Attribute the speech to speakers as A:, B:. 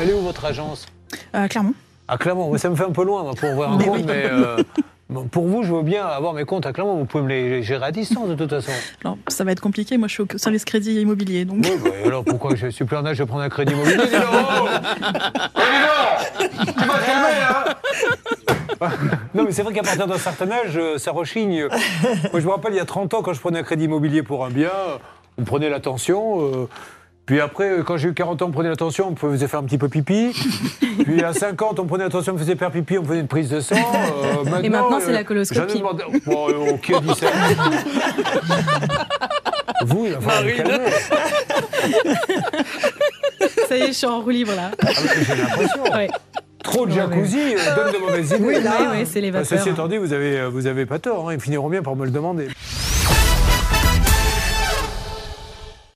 A: Elle est où votre agence
B: Euh, Clermont.
A: À Clermont. Mais ça me fait un peu loin moi, pour voir un
B: Mais
A: compte,
B: oui.
A: mais euh, bon, pour vous, je veux bien avoir mes comptes à Clermont. Vous pouvez me les gérer à distance de toute façon.
B: Alors, ça va être compliqué. Moi, je suis au service crédit immobilier. Donc,
A: Oui, bah, et alors pourquoi je suis plein d'âge, je vais prendre un crédit immobilier dis donc, oh Eh, dis donc Tu vas te calmer, hein Non, mais c'est vrai qu'à partir d'un certain âge, euh, ça rechigne. Moi, je me rappelle, il y a 30 ans, quand je prenais un crédit immobilier pour un bien, on prenait l'attention. euh, puis après, euh, quand j'ai eu 40 ans, on prenait l'attention, on me faisait faire un petit peu pipi. Puis à 50, on prenait l'attention, on me faisait faire pipi, on me faisait une prise de sang. euh,
C: Et maintenant, c'est
A: euh,
C: la coloscopie.
A: j'en ai demandé- Bon, euh, ok, dis ça. Vous, il va falloir vous calmer.
C: Ça y est, je suis en roue libre là.
A: Ah oui, J'ai l'impression.
C: Ouais.
A: Trop de jacuzzi euh, donne de mauvaises idées.
C: Oui, ouais, ouais, c'est les
A: Bah,
C: vapeurs.
A: Ceci étant dit, vous avez, euh, vous avez pas tort. hein, ils finiront bien par me le demander.